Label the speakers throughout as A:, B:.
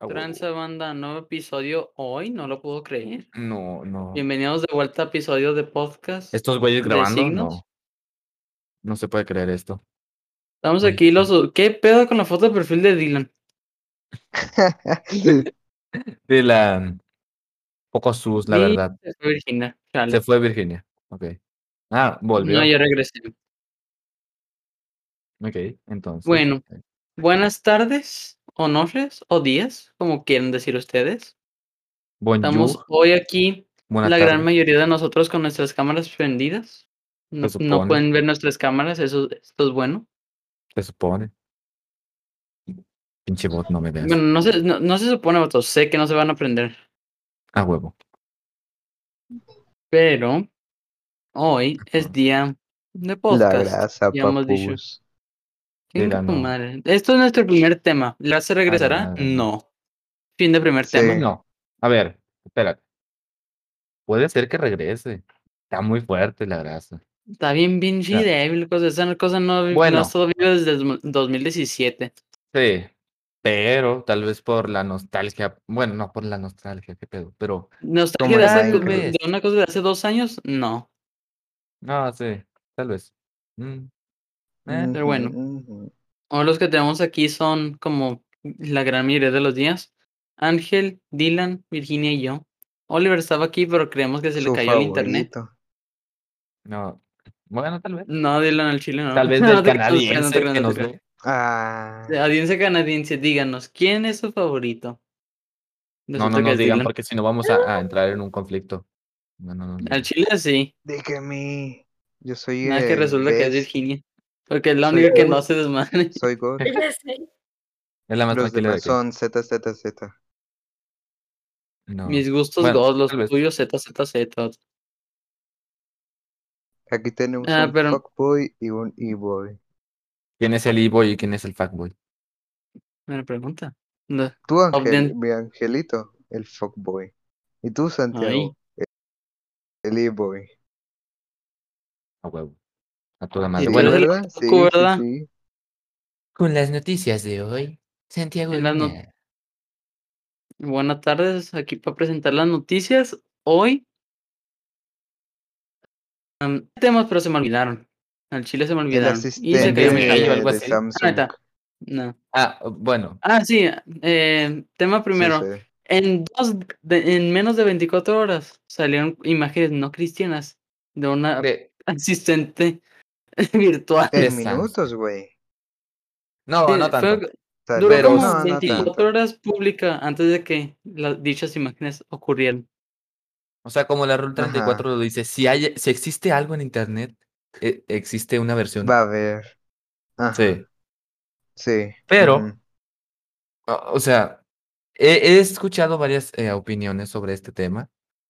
A: Ah,
B: Tranza
A: huevo.
B: banda, nuevo episodio hoy, no lo puedo creer.
A: No, no.
B: Bienvenidos de vuelta a episodio de podcast
A: Estos güeyes
B: de
A: grabando,
B: signos.
A: no, no se puede creer esto.
B: Estamos
A: Ay,
B: aquí los...
A: sí.
B: ¿Qué pedo con la foto de perfil de Dylan?
A: De la mm, poco sus, la
B: Y
A: verdad.
B: se fue Virginia,
A: Se
B: chale.
A: fue Virginia. Ok. Ah,
B: No,
A: volvió.
B: ya regresé.
A: Ok, entonces.
B: Bueno, buenas tardes, o noches, o días, como quieran decir ustedes. Estamos
A: Bonjour,
B: hoy aquí,
A: buena
B: la gran
A: tarde,
B: mayoría de nosotros con nuestras cámaras prendidas.
A: se
B: No, no
A: supone,
B: pueden ver nuestras cámaras, eso, esto es bueno.
A: se supone. Pinche bot, no me veas.
B: Bueno, no se, no, no se supone, vatos, sé que no se van a aprender,
A: Ah, huevo.
B: pero... Hoy es día de
C: La
B: podcast,
C: grasa,
B: ya hemos dicho.
C: papus.
A: De
B: Chinga
A: la
B: tu
A: no.
B: madre. Esto es nuestro primer tema. ¿La se
A: A la
B: regresará?
A: madre, no.
B: No. Fin de primer
C: Sí.
B: tema.
A: Bueno, a ver, espera. Puede ser que regrese. Está muy fuerte la grasa.
B: Está bien, bien
A: O sea,
B: débil. Cosa, esa cosa no, no ha
A: Bueno,
B: estado viva desde el 2017.
A: Sí, pero tal vez por la nostalgia, bueno, no por la nostalgia, qué pedo, pero como
B: ¿Nostalgia de
A: el
B: hace,
C: Ay, güey.
B: de
A: Minecraft,
B: una cosa de hace dos años? No.
A: no, sí, tal vez. Mm, eh,
B: Pero
C: Ujú,
B: bueno,
C: ujú.
B: hoy los que tenemos aquí son como la gran mayoría de los días. Ángel, Dylan, Virginia y yo. Oliver estaba aquí, pero creemos que se le
C: Su
B: cayó el internet.
C: favorito.
A: no, bueno, tal vez,
B: No, Dylan, al chile no.
A: tal vez
B: No
A: del
B: te creas, no te creas, no te
A: canadiense
B: creas,
A: que
B: no te
A: nos
B: creas.
A: ve.
C: Ah,
B: Audiencia canadiense, díganos, ¿quién es su favorito?
A: No, no
B: Resulta que
A: nos
B: es
A: digan
B: Dylan.
A: porque si no vamos a, a entrar en un conflicto. No, no, no, no.
B: Al
A: no.
B: chile sí,
C: dígame. Yo soy
B: nada que
C: el
B: resulta que es
C: best.
B: Virginia, porque es la
C: Soy
B: única que no
C: God.
B: hace desmadre.
C: Soy God.
A: Es la más
C: Los
A: tranquila de
C: demás
A: aquí.
C: son ZZZ.
A: No.
B: Mis gustos
A: Bueno,
B: God, los
A: tal vez.
B: tuyos ZZZ.
C: Aquí tenemos
B: Ah,
C: un
B: pero
C: fuckboy y un e-boy.
A: ¿Quién es el e-boy y quién es el fuckboy?
B: me pregunta. No,
C: Tú,
B: top
C: Ángel,
B: 10,
C: mi angelito, el fuckboy. Y tú,
B: Ay,
C: Santiago, el e-boy.
A: A huevo, a toda
B: si
A: madre.
B: tú
C: Sí,
B: eres
A: Bueno,
B: el
C: ¿verdad?
B: Goku,
C: Sí, sí,
B: ¿verdad?
C: sí.
A: con las noticias de hoy, Santiago
B: En las no-
A: Luna.
B: Buenas tardes, aquí para presentar las noticias. Hoy am, temas, pero se me olvidaron. Al chile se me
C: El
B: olvidaron. Y se
C: asistente
B: cayó
A: Luis
B: mi
A: Miguel o
B: gallo.
A: algo
C: de
A: así.
B: Ah,
C: Samsung.
B: neta. No.
A: Ah, bueno,
B: Ah, sí, eh, tema
C: Sí,
B: primero.
C: sé.
B: En dos, de- en menos de 24 horas salieron imágenes no cristianas de una
A: de,
B: asistente virtual.
A: de
C: En minutos,
A: Samsung.
C: güey.
A: No, no
B: Sí,
A: tanto,
B: fue- duró
C: Salió.
A: pero
B: como
C: No, no
B: 24
C: tanto.
B: horas pública antes de que las dichas imágenes ocurrieran.
A: O sea, como la Rule 34
C: Ajá.
A: lo dice, si hay, si existe algo en internet, e- existe una
C: Va
A: versión.
C: a haber. Ajá.
A: Sí.
C: Sí. Mm.
A: Pero,
C: ujú.
A: o Ah, o sea, he, he escuchado varias eh, opiniones sobre este tema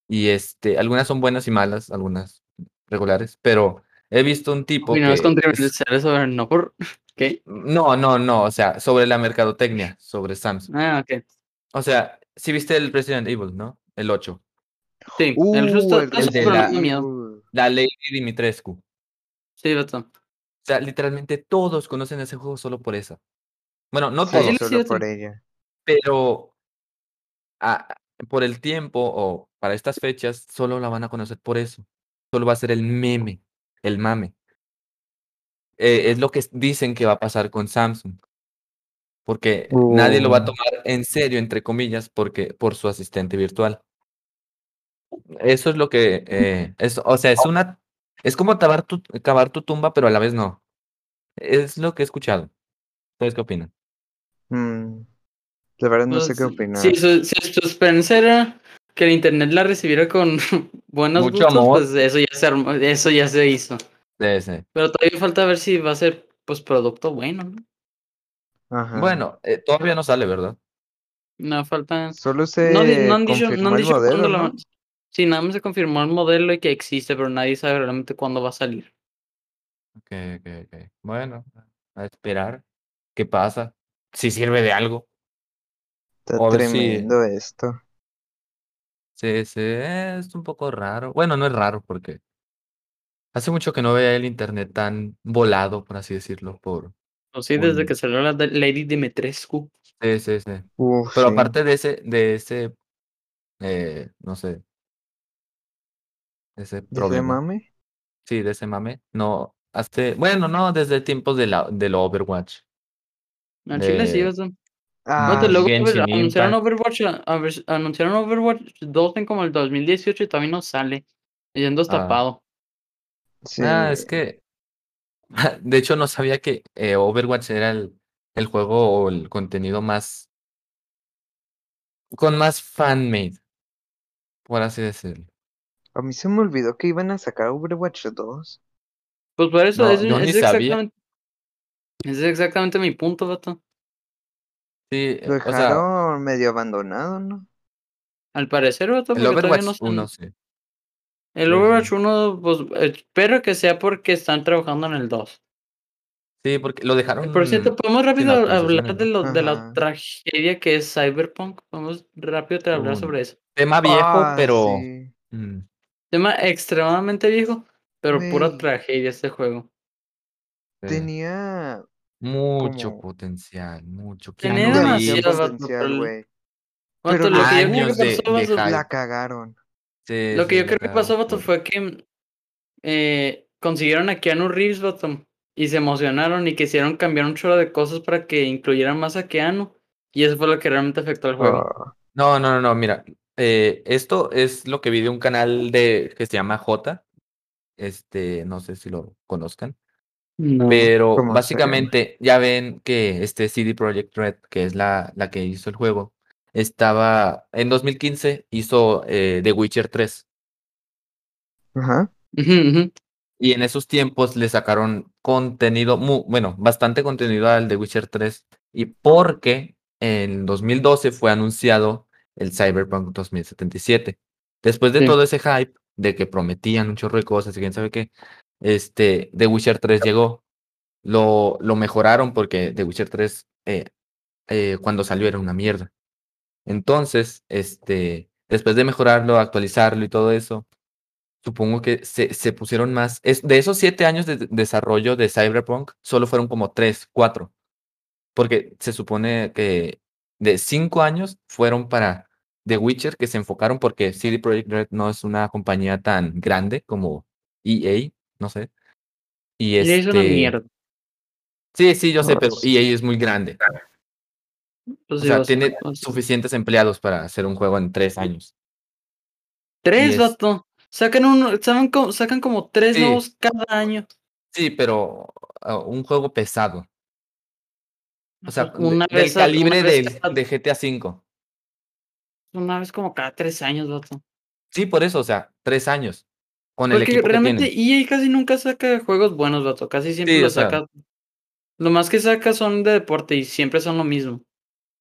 A: y este, algunas son buenas y malas, algunas regulares, pero he visto un tipo
B: Opiniones
A: que es,
B: controversiales sobre no por qué.
A: no, no, no, o sea, sobre la mercadotecnia, sobre Samsung.
B: Ah, ok.
A: O sea, si viste el Resident Evil, ¿no? El 8,
B: Sí, el
C: Uh,
B: justo
C: el
B: está
A: el de
B: súper me
C: Resident
B: da
A: la,
B: miedo.
C: Evil.
A: la Lady Dimitrescu.
B: Sí, vato.
A: O sea, literalmente todos conocen ese juego solo por esa. Bueno, no
B: Al
C: Sí,
B: chile
A: todos,
B: sí,
C: solo
B: vato.
C: por ella.
A: pero a- por el tiempo o para estas fechas solo la van a conocer por eso. Solo va a ser el meme, el mame. Eh, es lo que s- dicen que va a pasar con Samsung, porque nadie lo va a
C: Uh.
A: tomar en serio, entre comillas, porque por su asistente virtual. Eso es lo que eh, es, o sea, es una, es como cavar tu, cavar tu tumba, pero a la vez no. Es lo que he escuchado. ¿Ustedes qué opinan?
C: Mm, La verdad no sé
B: Pues
C: qué
B: sí, si
C: opinar.
B: su, si su esperanza era que el internet la recibiera con buenos
A: Mucho
B: gustos,
A: amor.
B: pues eso ya se armó- eso ya se hizo.
A: Sí, sí.
B: Pero todavía falta ver si va a ser pues producto bueno, ¿no?
C: Ajá.
A: Bueno, eh, todavía no sale, ¿verdad?
B: No faltan.
C: Solo
B: No, di- no
C: se
B: han dicho, no han
C: confirmó el
B: dicho cuándo lo
C: modelo, ¿no?
B: van. Sí, nada más se confirmó el modelo y que existe, pero nadie sabe realmente cuándo va a salir.
A: Ok, ok, ok. Bueno, a esperar. ¿Qué pasa? Si sirve de algo.
C: Está
A: O a ver si,
C: tremendo esto.
A: si- si es un poco raro. Bueno, no es raro porque hace mucho que no veía el internet tan volado, por así decirlo, por
B: O sí, desde que
A: un...
B: salió la de- Lady Dimitrescu.
A: Sí, sí, sí.
C: Uf,
A: Pero
C: sí.
A: aparte de ese, de ese, eh, no sé, ese
C: ¿De ese
A: problema,
C: mame?
A: sí, de ese mame, no, hace, bueno, no, desde tiempos de la, del Overwatch.
B: Al chile sí,
A: Eh,
B: o sea,
C: Ah,
B: Vato, luego
A: Genshin
B: over- anunciaron
A: Impact.
B: Overwatch, a- a ver- anunciaron Overwatch 2 en como el 2018 y todavía no sale. Y
C: Ah.
B: ando tapado.
C: sí.
A: Ah, es que, de hecho, no sabía que eh, Overwatch era el, el juego o el contenido más, con más fanmade, por así decirlo.
C: A mí se me olvidó que iban a sacar Overwatch 2.
B: Pues por eso
A: No,
B: es,
A: yo ni
B: es
A: sabía.
B: exactamente. Ese es exactamente mi punto, vato.
A: Sí, eh,
C: Lo
A: o sea,
C: dejaron medio abandonado, ¿no?
B: Al parecer, vato,
A: el
B: porque todavía no
A: Overwatch
B: se-
A: 1, sí.
B: El
A: sí.
B: Overwatch 1, pues espero que sea porque están trabajando en el 2.
A: Sí, porque lo dejaron
B: Por cierto, podemos rápido
A: actualizaciones,
B: hablar de, lo, de la
C: Ajá.
B: tragedia que es Cyberpunk. Podemos rápido te hablar
A: Uh,
B: sobre eso.
A: tema viejo,
C: Ah,
A: pero
C: sí.
A: mm,
B: Tema extremadamente viejo, pero pura
C: Güey.
B: tragedia este juego.
A: eh,
C: Tenía,
A: mucho
C: como-
A: potencial, mucho
B: Tenía
A: Keanu
C: demasiado
A: Reeves,
B: demasiado, vato,
C: potencial,
B: pero-
C: güey.
B: Vato, lo
C: Pero
B: que yo creo que
A: años de,
B: pasó,
A: de
B: vato,
A: hype.
C: La cagaron.
A: Sí,
B: lo
A: sí,
B: que yo
A: la
B: creo que
A: cagaron
B: pasó, vato,
A: full.
B: fue que eh, consiguieron a Keanu Reeves, vato, y se emocionaron y quisieron cambiar un chorro de cosas para que incluyeran más a Keanu. Y eso fue lo que realmente afectó al juego.
C: Ah,
A: No, no, no, no, mira, eh, esto es lo que vi de un canal de que se llama J, este, no sé si lo conozcan,
B: No.
A: pero
C: ¿cómo se llama?
A: básicamente ya ven que este CD Projekt Red, que es la, la que hizo el juego, estaba en 2015 hizo eh, The Witcher 3.
C: Ajá.
B: Ujú, ujú.
A: Y en esos tiempos le sacaron contenido, mu- bueno, bastante contenido al The Witcher 3. Y porque en 2012 fue anunciado el Cyberpunk 2077. Después de
B: Sí.
A: todo ese hype de que prometían un chorro de cosas y quién sabe qué, este, The Witcher 3 llegó. Lo, lo mejoraron porque The Witcher 3 eh, eh, cuando salió era una mierda. Entonces, este, después de mejorarlo, actualizarlo y todo eso, supongo que se, se pusieron más. Es, de esos siete años de de- desarrollo de Cyberpunk, solo fueron como tres, cuatro. Porque se supone que de cinco años fueron para The Witcher, que se enfocaron porque CD Projekt Red no es una compañía tan grande como EA, no sé. Y
B: Le hizo una
A: este.
B: mierda.
A: Sí, sí, yo sé,
C: Ah,
A: pero
C: sí.
A: EA es muy grande. O
B: Pues sí,
A: sea,
B: vato,
A: tiene
B: pues sí.
A: suficientes empleados para hacer un juego en tres años.
B: Tres,
A: es-
B: vato. Sacan uno, sacan como, sacan como tres
A: Sí.
B: nuevos cada año.
A: Sí, pero ah, un juego pesado. O sea, de-
B: Una
A: del
B: vez, a- una
A: calibre
B: vez
A: del-
B: cada-
A: de GTA V.
B: una vez como cada tres años, vato.
A: Sí, por eso, o sea, tres años. Con el
B: Porque
A: equipo que
B: realmente
A: tienen.
B: EA casi nunca saca juegos buenos, vato. Casi siempre
A: Sí, o
B: lo
A: sea,
B: saca. Lo más que saca son de deporte y siempre son lo mismo.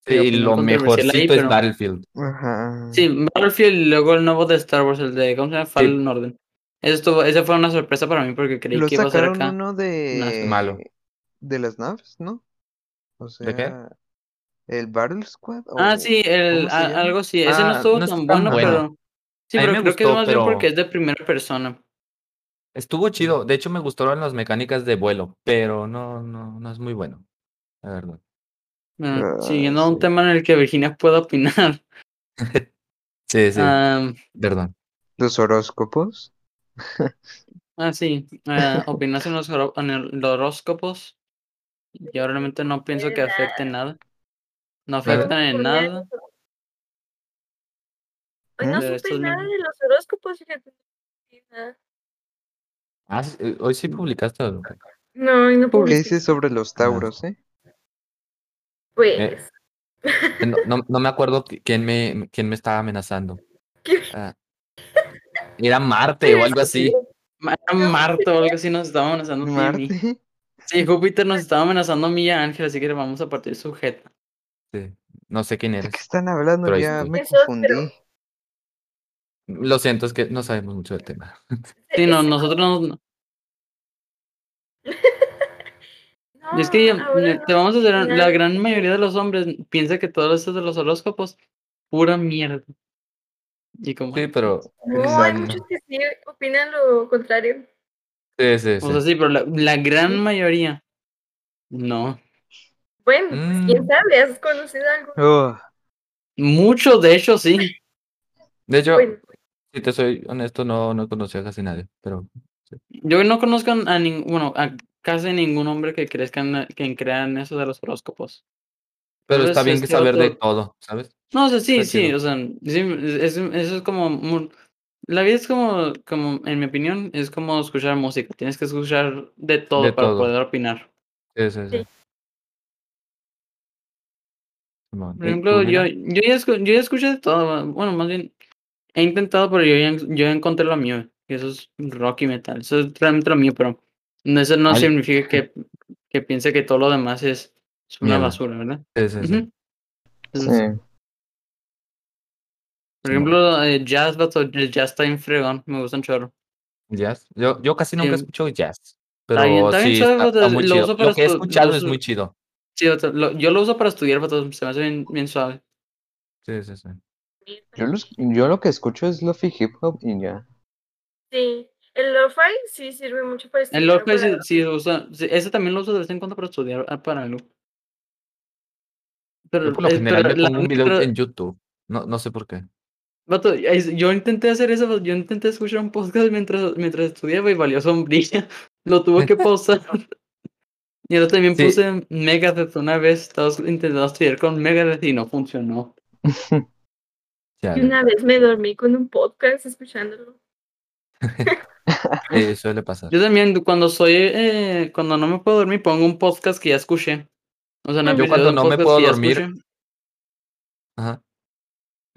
A: sí,
B: Mi
A: y
B: opinión
A: lo
B: controversial ahí,
A: mejorcito es
B: pero.
A: Battlefield.
C: Ajá.
B: Sí, Battlefield y luego el nuevo de Star Wars, el de. ¿Cómo se llama? Fallen Order. Eso estuvo- esa fue una sorpresa para mí porque creí
C: Lo
B: que iba a ser
C: sacaron
B: acá.
C: uno
A: Es malo.
C: de... De las naves, ¿no? O
A: ¿De qué?
C: sea, el Battle Squad
B: Ah,
C: o...
B: sí, el,
C: ¿Cómo se
B: a-
C: llama?
B: algo sí. Ese no
A: Ah,
B: estuvo
A: no es
B: tan
A: tan
B: bueno,
A: bueno.
B: pero. Sí,
A: A mí
B: pero
A: me
B: creo que es
A: gustó,
B: más bien porque
A: pero
B: es de primera persona.
A: estuvo chido. De hecho, me gustaron las mecánicas de vuelo, pero no, no, no es muy bueno. La verdad.
B: Bueno,
C: Ah,
B: siguiendo a un
C: sí.
B: tema en el que Virginia pueda opinar.
A: Sí, sí,
B: ah,
A: perdón.
C: Los horóscopos.
B: ah, sí. ah, opinas en los, horo- en el- los horóscopos. Yo realmente no pienso que afecten nada. No
A: A ver.
B: afectan en nada.
D: Pues no
B: ¿Eh? De
D: supe
B: estos
D: nada
B: libros.
D: de los horóscopos, fíjate.
A: Ah, sí, eh, hoy sí publicaste algo.
D: No, y no puedo
C: ¿Qué
D: decir.
C: dices sobre los Tauros, eh?
D: Pues,
A: Eh, No, no, no me acuerdo qui- quién me, quién me estaba amenazando.
D: ¿Qué?
A: Ah, era Marte o algo así.
B: Ma- Era Marte o algo así nos estaba amenazando a ti y a mí.
C: Marte.
B: Sí, Júpiter nos estaba amenazando a mí y a Ángel, así que le vamos a partir su jeta.
A: Sí, No sé quién
C: ¿De qué
A: eres.
C: están hablando?
A: Pero ahí
C: Ya
A: estoy.
C: me
D: Eso, pero-
C: confundí.
A: Lo siento, es que no sabemos mucho del tema.
B: Sí, no, nosotros no.
D: no,
B: Es que
A: Ah,
D: ahora
B: ne- te vamos a hacer,
D: no,
B: la gran mayoría de los hombres piensa que todo esto de los horóscopos, pura mierda. Y como,
A: Sí, pero.
D: no, hay
C: Exacto.
D: muchos que sí opinan lo contrario.
A: Sí, sí,
B: o sea,
A: pues, sí.
B: sí, pero la, la gran mayoría, no.
D: Bueno, pues, quién
A: Mm.
D: sabe, ¿has conocido algo?
C: Ugh.
B: Mucho, de hecho, sí.
A: De hecho,
D: Bueno,
A: si te soy honesto, no, no conocí a casi nadie, pero
B: Yo no conozco a ninguno, a casi ningún hombre que crezca en, que crean eso de los horóscopos.
A: Pero
B: Pero
A: está
B: es
A: bien
B: este
A: saber de
B: otro-
A: todo, ¿sabes?
B: No, o sea, sí,
A: Está
B: sí,
A: chido.
B: o sea, sí, es- eso es como... mu- La vida es como, como, en mi opinión, es como escuchar música. Tienes que escuchar de todo
A: De
B: para
A: todo.
B: poder opinar.
A: Sí, sí, sí.
D: Sí.
A: Simón,
B: Por
A: ¿y tú,
B: ejemplo, yo,
A: Mela?
B: yo, ya escu- yo ya escuché de todo, bueno, más bien he intentado, pero yo ya, en- yo ya encontré lo mío, que eso es rock y metal, eso es realmente lo mío, pero no- eso no
A: Ay.
B: significa que, que piense que todo lo demás es, es una
A: Mierda.
B: basura, ¿verdad?
A: Sí, sí, sí.
B: Ujú. Entonces,
C: Sí.
B: Por
A: Simón.
B: ejemplo, eh, jazz, vato, el jazz está en fregón, me gusta un chorro.
A: Jazz. Yo, yo casi nunca
B: Sí.
A: escucho jazz, pero
B: Em, Está bien, está bien,
A: sí,
B: suave,
A: está, está
B: pues,
A: muy
B: lo
A: chido.
B: uso
A: Lo
B: para
A: que he
B: estu- lo
A: escuchado es
B: uso-
A: muy chido.
B: Sí, vato, lo- yo lo uso para estudiar, vato, se me hace bien, bien suave.
A: Sí, sí, sí.
C: Yo, los- yo lo que escucho es lofi hip hop y ya.
D: Sí, el lo-fi sí sirve mucho
B: El
D: para estudiar,
B: loco sí,
D: para-
B: sí usa, sí, ese también lo uso de vez en cuando para estudiar, ah, para algo. Pero,
A: Yo por lo
B: eh,
A: general
B: pero
A: me
B: la
A: pongo un video
B: neta-
A: en YouTube. No, no sé por qué.
B: Vato, es- yo intenté hacer eso, vato, yo intenté escuchar un podcast mientras, mientras estudiaba y valió sombrilla. Lo tuve que pausar. Y yo también
A: Sí.
B: puse Megadeth una vez, estaba intentando estudiar con Megadeth y no funcionó.
D: Y
A: Chale,
D: una vez me dormí con un podcast escuchándolo.
A: eh, suele pasar.
B: Yo también cuando soy, eh, cuando no me puedo dormir pongo un podcast que ya escuché. O sea, un
D: Yo
B: episodio
A: cuando
B: de un
A: no me
B: podcast
A: puedo
B: que ya
A: dormir-
B: escuché.
A: Ajá.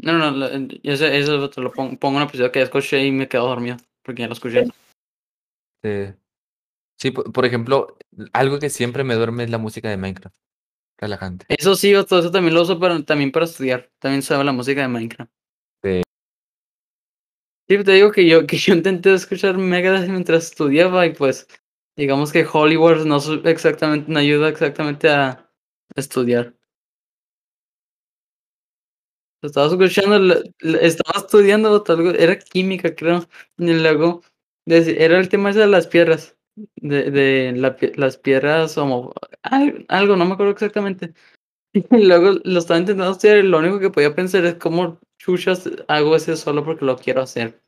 B: No, no, no, lo- eso, eso vato, lo pongo, pongo un episodio que ya escuché y me quedo dormido porque ya lo escuché.
A: Sí. Sí, por, por ejemplo, algo que siempre me duerme es la música de Minecraft. Relajante.
B: Eso sí, vato, eso también lo uso para, también para estudiar. También sabe la música de Minecraft.
A: Sí.
B: Sí, te digo que yo, que yo intenté escuchar Megadeth mientras estudiaba y pues digamos que Hollywood no su- exactamente no ayuda exactamente a estudiar. Estaba escuchando, la- la- estaba estudiando, algo- era química creo, y luego des- era el tema ese de las piedras, de, de la pie- las piedras homo, al- algo, no me acuerdo exactamente. Y luego lo estaba intentando estudiar y lo único que podía pensar es cómo chuchas hago ese solo porque lo quiero hacer.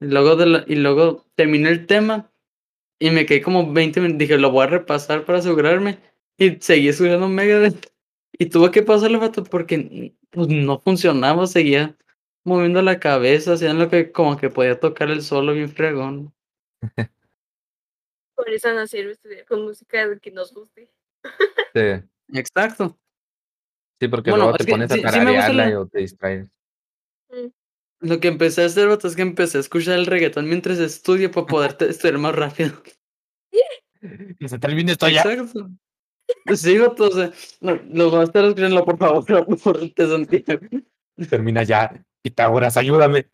B: Y luego, de la- y luego terminé el tema y me quedé como 20 minutos. Dije, lo voy a repasar para asegurarme. Y seguí estudiando Megadeth. Y tuve que pasarle vato porque n- pues, no funcionaba. Seguía moviendo la cabeza, haciendo lo que como que podía tocar el solo bien fregón.
D: Por eso no sirve estudiar con música de que nos guste.
A: Sí,
B: Exacto.
A: sí porque
B: Bueno,
A: luego
B: es
A: te
B: que
A: pones a
B: sí- sí me gusta
A: tararearla
B: la-
A: y o te distraes.
B: Lo que empecé a hacer, vato, es que empecé a escuchar el reggaetón mientras estudio para poder te- estudiar más rápido.
A: Que se termine esto ya.
B: Exacto. Pues Sí, vato, o sea, no, los vas a estar escuchando, por favor, por te Santiago.
A: Termina ya. Pitágoras, ayúdame.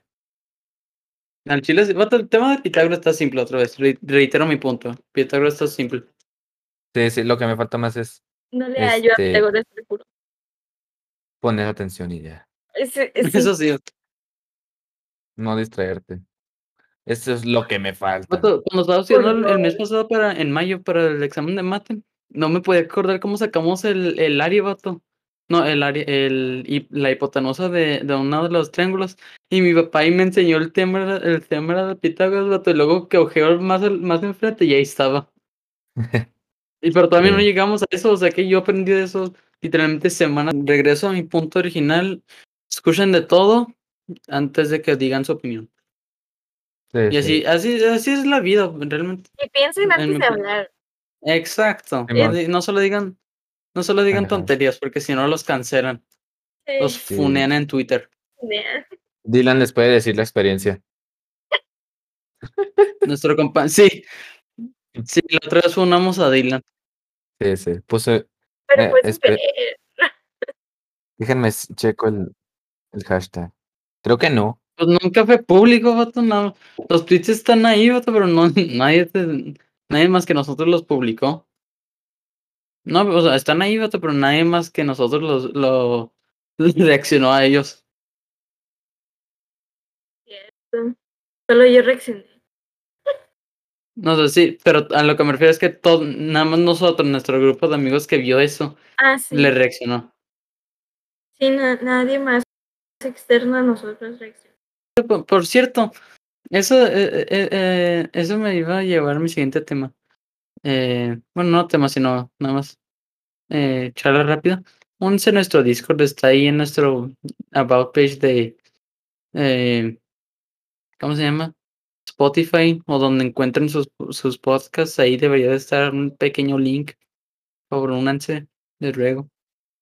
B: Al chile, sí, vato, el tema de Pitágoras está simple otra vez. re- reitero mi punto. Pitágoras está simple.
A: Sí, sí, lo que me falta más es
D: No le hallo a
A: Este-
D: Pitágoras, te lo juro.
A: poner atención y ya.
D: Ese- ese-
B: Eso sí.
A: No distraerte. Eso es lo que me falta.
B: vato, cuando estaba estudiando el, el mes pasado para, en mayo para el examen de mate, no me podía acordar cómo sacamos el, el área, vato. No, el área, el, hi- la hipotenusa de, de uno de los triángulos. Y mi papá ahí me enseñó el tema, el tema de Pitágoras, vato, y luego que ojeo más, al- más enfrente y ahí estaba. Y pero todavía no
A: Sí.
B: llegamos a eso, o sea que yo aprendí de eso literalmente semana. Regreso a mi punto original, escuchen de todo antes de que digan su opinión.
A: Sí,
B: Y
A: sí.
B: así, así, así es la vida, realmente.
D: que piensen
B: en
D: antes
B: mi
D: de
B: opinión.
D: hablar.
B: Exacto.
A: Simón.
B: No di- No solo digan, no solo digan
A: Ajá.
B: tonterías, porque si no los cancelan,
D: Sí,
B: los
A: Sí.
B: funean en Twitter.
D: nea.
A: Dylan les puede decir la experiencia.
B: Nuestro compa sí. Sí, la otra vez funamos a Dylan.
A: Sí, sí. Puse,
D: Pero
A: Eh,
D: pues
A: espe-
D: ver.
A: déjenme s- checo el, el hashtag. Creo que no.
B: Pues nunca fue público, vato, no. Los tweets están ahí, vato, pero no, nadie, te- nadie más que nosotros los publicó. No, o sea, están ahí, vato, pero nadie más que nosotros los lo reaccionó a ellos.
D: Solo yo reaccioné.
B: No sé, sí, pero a lo que me refiero es que todo, nada más nosotros, nuestro grupo de amigos que vio eso,
D: Ah, sí.
B: le reaccionó.
D: Sí, na- nadie más externo a nosotros reacciona.
B: Por, por cierto, eso, eh, eh, eh, eso me iba a llevar a mi siguiente tema. Eh, bueno, no tema, sino nada más eh, charla rápida. Únse a nuestro Discord, está ahí en nuestro About Page de, eh, ¿cómo se llama? Spotify o donde encuentren sus, sus podcasts, ahí debería de estar un pequeño link. Por únanse, de ruego.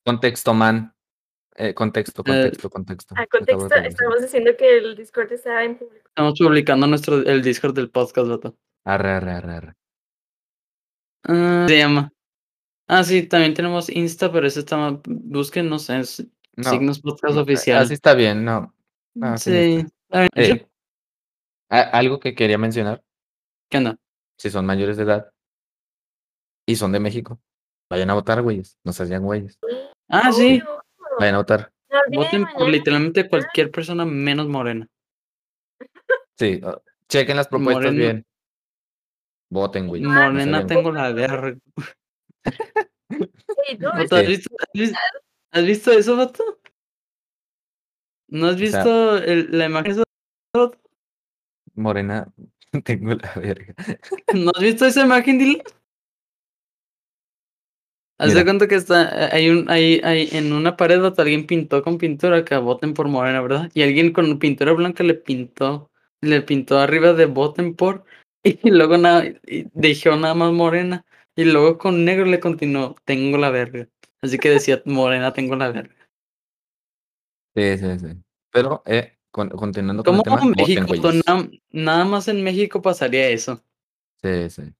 A: Contexto, man. Eh, contexto, contexto, contexto.
D: A
A: Me acabo de
D: ah, contexto,
A: acordar.
D: estamos diciendo que el Discord está en público.
B: Estamos publicando nuestro, el Discord del podcast, vato.
A: Arre, arre, arre, arre.
B: Ah, se llama. Ah, sí, también tenemos Insta, pero ese está más. Búsquenos en S-
A: No,
B: Signos Podcast
A: no,
B: Oficial.
A: Así está bien, no. ah, sí, ya
B: sí. Ah,
A: Eh, a- algo que quería mencionar,
B: ¿Qué onda?
A: si son mayores de edad y son de México, vayan a votar, güeyes. No sean güeyes.
B: Ah, sí.
D: Obvio.
A: Vayan a votar.
D: No olviden
B: Voten por
D: mañana. Ah,
B: literalmente cualquier persona menos morena.
A: Sí, uh, chequen las propuestas
B: Moreno.
A: bien. Voten, güey. Ah, no
B: Morena
A: sean-
B: tengo la verga.
D: Sí, no,
B: Vato,
D: es-
B: ¿Has visto, has visto- has visto eso, vato? ¿No has
A: sea-
B: visto el- la imagen esa? vato?
A: Morena, tengo la verga.
B: ¿No has visto esa imagen, Dile? Haz
A: Mira.
B: de cuenta que está, eh, hay un, hay, hay, en una pared vato, alguien pintó con pintura que voten por Morena, ¿verdad? Y alguien con pintura blanca le pintó, le pintó arriba de voten por, y luego nada, y dejó nada más Morena, y luego con negro le continuó, tengo la verga. Así que decía, Morena, tengo la verga.
A: Sí, sí, sí. Pero, eh, con- continuando con
B: ¿Cómo
A: el tema,
B: México?
A: voten, güeyes.
B: Nada, nada más en México pasaría eso.
A: Sí, sí.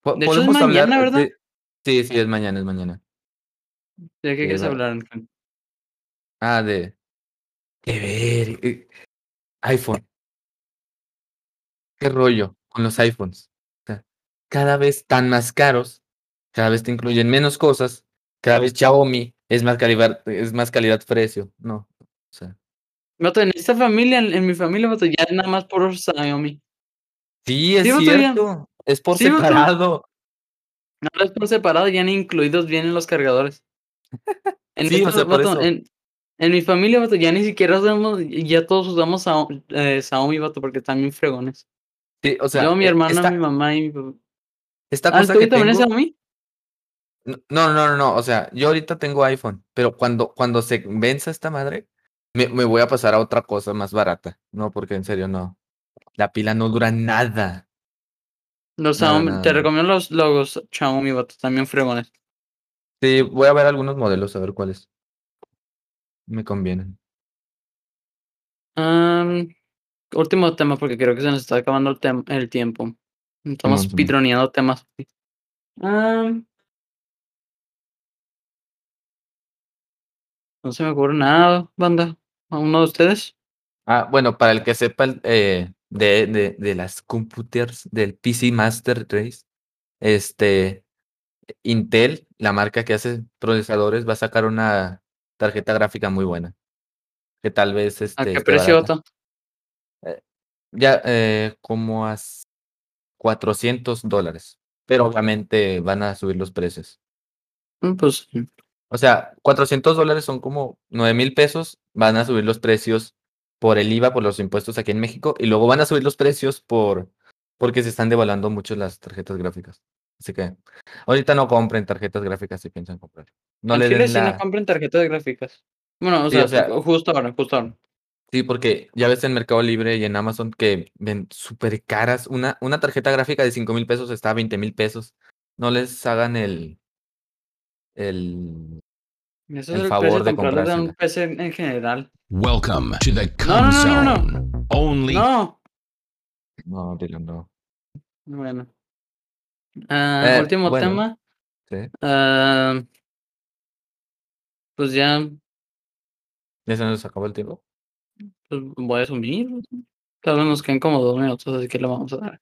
A: Po-
B: De hecho, es
A: podemos hablar
B: mañana, ¿verdad?
A: de- Sí, sí, es mañana, es mañana.
B: Ya que
A: Sí,
B: quieres
A: va-
B: hablar, Ángel?
A: Ah, de. De ver. eh, iPhone. ¿Qué rollo con los iPhones? O sea, cada vez tan más caros, cada vez te incluyen menos cosas, cada vez Xiaomi es más calidad, es más calidad-precio. No, o sea,
B: Vato, en esta familia, en, en mi familia, vato, ya nada más por Xiaomi.
A: sí, es
B: Sí, vato, ya.
A: cierto. Es por
B: Sí, vato.
A: separado.
B: Ahora es por separado, ya ni incluidos vienen los cargadores. En,
A: Sí, o sea, por eso.
B: en, en mi familia, vato, ya ni siquiera usamos, ya todos usamos Sao- eh, Xiaomi, vato, porque están bien fregones.
A: Sí, o sea,
B: Yo, mi
A: eh,
B: hermana,
A: esta,
B: mi mamá y mi papá.
A: esta
B: Ah,
A: cosa
B: ¿tú
A: que
B: también es
A: tengo-
B: Xiaomi?
A: No, no, no, no, no, o sea, yo ahorita tengo iPhone, pero cuando, cuando se venza esta madre, me, me voy a pasar a otra cosa más barata. No, porque en serio no. La pila no dura nada.
B: Los
A: Nada,
B: Xiaomi,
A: nada,
B: te
A: nada.
B: recomiendo los logos Xiaomi, vato, también fregones.
A: Sí, voy a ver algunos modelos, a ver cuáles me convienen.
B: Am, último tema, porque creo que se nos está acabando el, tem- el tiempo. Estamos
A: Simón.
B: pitroneando temas. Am, no se me ocurre nada, banda. ¿A uno de ustedes?
A: Ah, bueno, para el que sepa el, eh, de, de, de las computers del PC Master Race, este, Intel, la marca que hace procesadores, va a sacar una tarjeta gráfica muy buena. Que tal vez este,
B: ¿A Ah, qué
A: esté
B: precio,
A: barata.
B: vato?
A: Ya, eh, como a s- 400 dólares. Pero obviamente van a subir los precios.
B: Mm, Pues
A: O sea, 400 dólares son como 9 mil pesos. Van a subir los precios por el IVA, por los impuestos aquí en México. Y luego van a subir los precios por porque se están devaluando mucho las tarjetas gráficas. Así que ahorita no compren tarjetas gráficas si piensan comprar. No
B: en
A: le
B: Chile
A: den
B: sí
A: la...
B: no compran tarjetas gráficas. Bueno, o
A: Sí,
B: sea,
A: o sea-
B: ju- justo ahora, justo ahora.
A: Sí, porque ya ves en Mercado Libre y en Amazon que ven súper caras. Una, una tarjeta gráfica de 5 mil pesos está a 20 mil pesos. No les hagan el, el...
B: Eso
A: El
B: es el
A: favor
B: precio
A: de
B: de comprarlo de
A: comprársela.
B: un PC en en general.
E: Welcome to the
B: No,
E: cum
B: no, no, no, no.
E: zone. Only
B: No.
A: No, Dylan, no.
B: Bueno. Ah,
A: Eh,
B: último
A: bueno,
B: tema.
A: sí.
B: Ah, pues ya
A: ¿Ya se nos acabó el tiempo?
B: pues, voy a asumir. Tal vez nos queden como dos minutos, así que lo vamos a dar.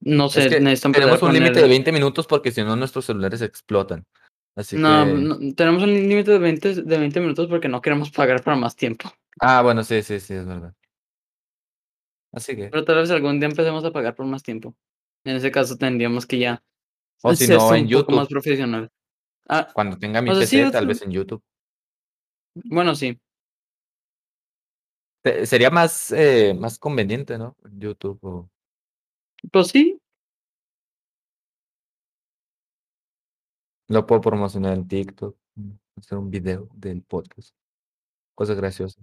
B: No sé,
A: Es que
B: necesitan
A: tenemos
B: empezar
A: un
B: con
A: límite
B: el-
A: de 20 minutos porque si no nuestros celulares explotan. Así
B: No,
A: que...
B: no, tenemos un límite de 20, de 20 minutos porque no queremos pagar para más tiempo.
A: Ah, bueno, sí, sí, sí, es verdad. Así que,
B: Pero tal vez algún día empecemos a pagar por más tiempo. En ese caso tendríamos que ya
A: o si
B: hacerse
A: no, en
B: un poco
A: YouTube.
B: más profesional. Ah,
A: Cuando tenga mi
B: O sea, sí,
A: PC,
B: yo
A: tal
B: te-
A: vez en YouTube.
B: bueno, sí.
A: Te- Sería más, eh, más conveniente, ¿no? YouTube. o-
B: Pues sí,
A: Lo puedo promocionar en TikTok. mm, Hacer un video del podcast. Cosas graciosas.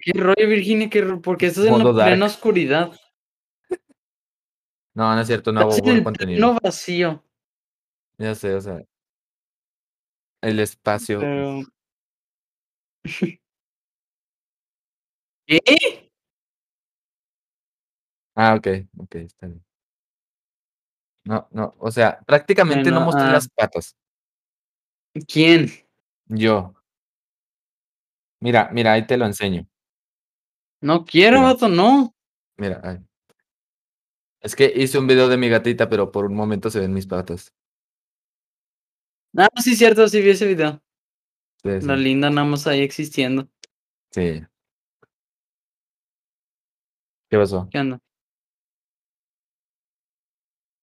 B: qué rollo, Virginia, que porque estás en
A: Modo
B: la plena
A: dark.
B: oscuridad.
A: No, no es cierto, no hago
B: Estás en
A: buen
B: el
A: contenido.
B: pleno vacío.
A: Ya sé, o sea. El espacio.
B: Pero... pues ¿Qué?
A: Ah, ok, ok, está bien. No, no, o sea, prácticamente no
B: Bueno,
A: mostré
B: ah.
A: las patas.
B: ¿Quién?
A: Yo. Mira, mira, ahí te lo enseño.
B: No quiero,
A: Mira.
B: vato, no.
A: Mira, ahí. Es que hice un video de mi gatita, pero por un momento se ven mis patas.
B: Ah, sí, cierto, sí vi ese video.
A: Sí, sí,
B: La linda nada más ahí existiendo.
A: sí. ¿Qué pasó?
B: ¿Qué onda?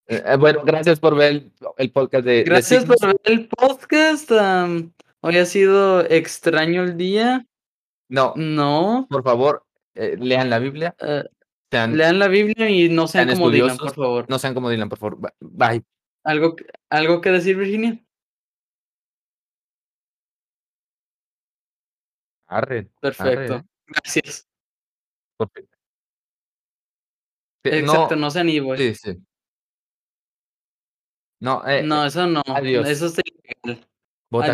A: Eh, eh, bueno, gracias por ver el, el podcast de, de
B: Gracias
A: Signos.
B: por ver el podcast. am, hoy ha sido extraño el día.
A: No,
B: No.
A: por favor, eh, lean la Biblia.
B: eh,
A: sean-
B: lean la Biblia y no sean
A: sean
B: como Dylan, por
A: estudiosos.
B: favor.
A: no sean como Dylan, por favor. Ba- Bye.
B: ¿Algo, que- ¿Algo que decir, Virginia?
A: Arre,
B: Perfecto. Gracias.
A: porque- Sí,
B: Exacto,
A: no,
B: no sean Evoy.
A: sí, sí. No, eh,
B: No, eso no.
A: adiós.
B: Eso está ilegal.
A: bota el